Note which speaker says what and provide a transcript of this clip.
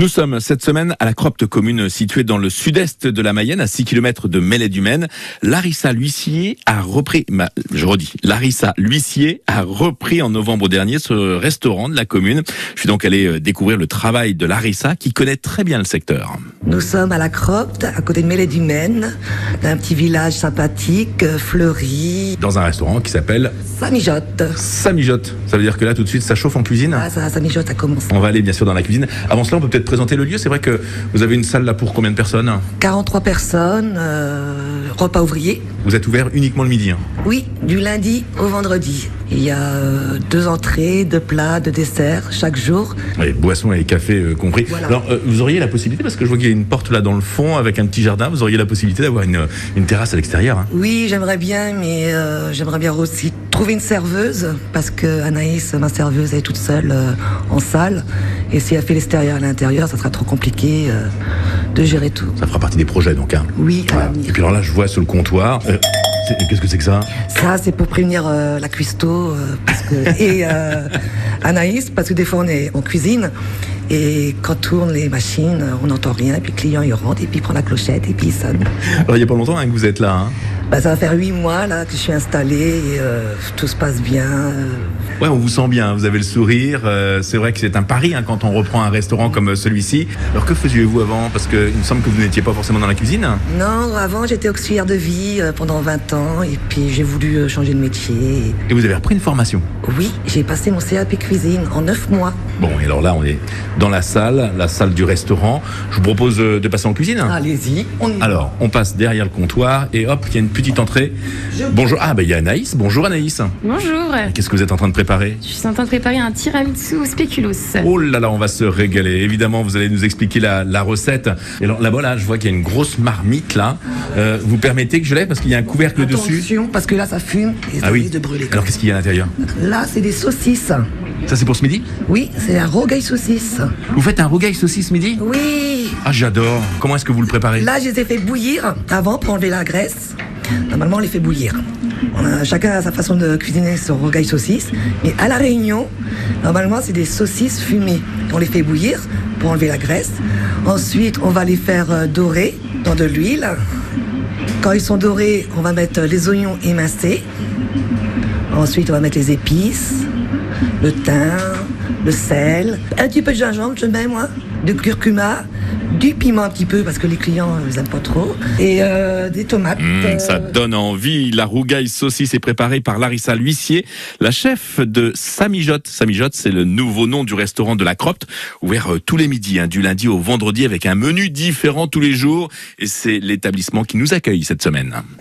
Speaker 1: Nous sommes cette semaine à la Cropte commune située dans le sud-est de la Mayenne, à 6 km de Mêlée du Maine. Larissa L'Huissier a repris, bah, je redis, Larissa L'Huissier a repris en novembre dernier ce restaurant de la commune. Je suis donc allé euh, découvrir le travail de Larissa qui connaît très bien le secteur.
Speaker 2: Nous sommes à la Cropte, à côté de Mêlée du Maine, d'un petit village sympathique, euh, fleuri.
Speaker 1: Dans un restaurant qui s'appelle
Speaker 2: Ça mijote.
Speaker 1: Ça mijote. Ça veut dire que là tout de suite ça chauffe en cuisine.
Speaker 2: Ah, ça, ça mijote, ça commence.
Speaker 1: On va aller bien sûr dans la cuisine. Avant cela, on peut peut-être présenter le lieu. C'est vrai que vous avez une salle là pour combien de personnes
Speaker 2: 43 personnes, euh, repas ouvrier.
Speaker 1: Vous êtes ouvert uniquement le midi. hein.
Speaker 2: Oui, du lundi au vendredi. Il y a euh, deux entrées, deux plats, deux desserts chaque jour.
Speaker 1: Et boissons et café euh, compris.
Speaker 2: Voilà.
Speaker 1: Alors, euh, vous auriez la possibilité, parce que je vois qu'il y a une porte là dans le fond avec un petit jardin, vous auriez la possibilité d'avoir une, euh, une terrasse à l'extérieur. hein.
Speaker 2: Oui, j'aimerais bien, mais euh, j'aimerais bien aussi trouver une serveuse parce que Anaïs, ma serveuse, elle est toute seule euh, en salle. Et si elle fait l'extérieur et l'intérieur, ça sera trop compliqué euh, de gérer tout.
Speaker 1: Ça fera partie des projets donc. Hein.
Speaker 2: Oui, à
Speaker 1: Voilà.
Speaker 2: l'avenir.
Speaker 1: Et puis alors là, je vois sur le comptoir. euh, c'est- Qu'est-ce que c'est que ça
Speaker 2: Ça, c'est pour prévenir euh, la cuistot euh, parce que- et euh, Anaïs, parce que des fois, on est en cuisine et quand tournent les machines, on n'entend rien. Et puis le client, il rentre et puis il prend la clochette et puis il sonne.
Speaker 1: Alors, il n'y a pas longtemps hein, que vous êtes là. hein.
Speaker 2: Bah, ça va faire huit mois là, que je suis installée et euh, tout se passe bien. euh,
Speaker 1: Ouais, on vous sent bien, vous avez le sourire. euh, c'est vrai que c'est un pari hein, quand on reprend un restaurant comme euh, celui-ci. Alors, que faisiez-vous avant Parce qu'il me semble que vous n'étiez pas forcément dans la cuisine.
Speaker 2: Non, avant j'étais auxiliaire de vie euh, pendant 20 ans et puis j'ai voulu euh, changer de métier.
Speaker 1: Et vous avez repris une formation.
Speaker 2: Oui, j'ai passé mon CAP cuisine en 9 mois.
Speaker 1: Bon, et alors là, on est dans la salle, la salle du restaurant. Je vous propose euh, de passer en cuisine.
Speaker 2: Allez-y, on y va.
Speaker 1: Alors, on passe derrière le comptoir et hop, il y a une petite entrée. Bonjour. Ah, bah il y a Anaïs. Bonjour Anaïs.
Speaker 3: Bonjour,
Speaker 1: Qu'est-ce que vous êtes en train de préparer
Speaker 3: je suis en train de préparer un tiramisu au spéculoos.
Speaker 1: Oh là là, on va se régaler. Évidemment, vous allez nous expliquer la, la recette. Et alors là-bas, là, je vois qu'il y a une grosse marmite là. Euh, vous permettez que je l'aie parce qu'il y a un couvercle dessus.
Speaker 2: Attention, parce que là ça fume et ça
Speaker 1: Ah oui.
Speaker 2: risque de brûler.
Speaker 1: Alors qu'est-ce qu'il y a à l'intérieur
Speaker 2: Là, c'est des saucisses.
Speaker 1: Ça, c'est pour ce midi
Speaker 2: Oui, c'est un rogaille saucisse.
Speaker 1: Vous faites un rougail saucisse midi
Speaker 2: Oui,
Speaker 1: Ah, j'adore. Comment est-ce que vous le préparez
Speaker 2: là, je les ai fait bouillir avant pour enlever la graisse. Normalement, on les fait bouillir. On a- chacun a sa façon de cuisiner son rogaille saucisse. Mais à La Réunion, normalement, c'est des saucisses fumées. On les fait bouillir pour enlever la graisse. Ensuite, on va les faire euh, dorer dans de l'huile. Quand ils sont dorés, on va mettre euh, les oignons émincés. Ensuite, on va mettre les épices, le thym, le sel, un petit peu de gingembre, je mets moi, de curcuma, du piment un petit peu parce que les clients euh, ils n'aiment pas trop, et euh, des tomates.
Speaker 1: Mmh, ça
Speaker 2: euh,
Speaker 1: donne envie. La rougaille saucisse est préparée par Larissa L'Huissier, la chef de Samijotte. Samijotte, c'est le nouveau nom du restaurant de la Cropte, ouvert euh, tous les midis, hein, du lundi au vendredi, avec un menu différent tous les jours. Et c'est l'établissement qui nous accueille cette semaine.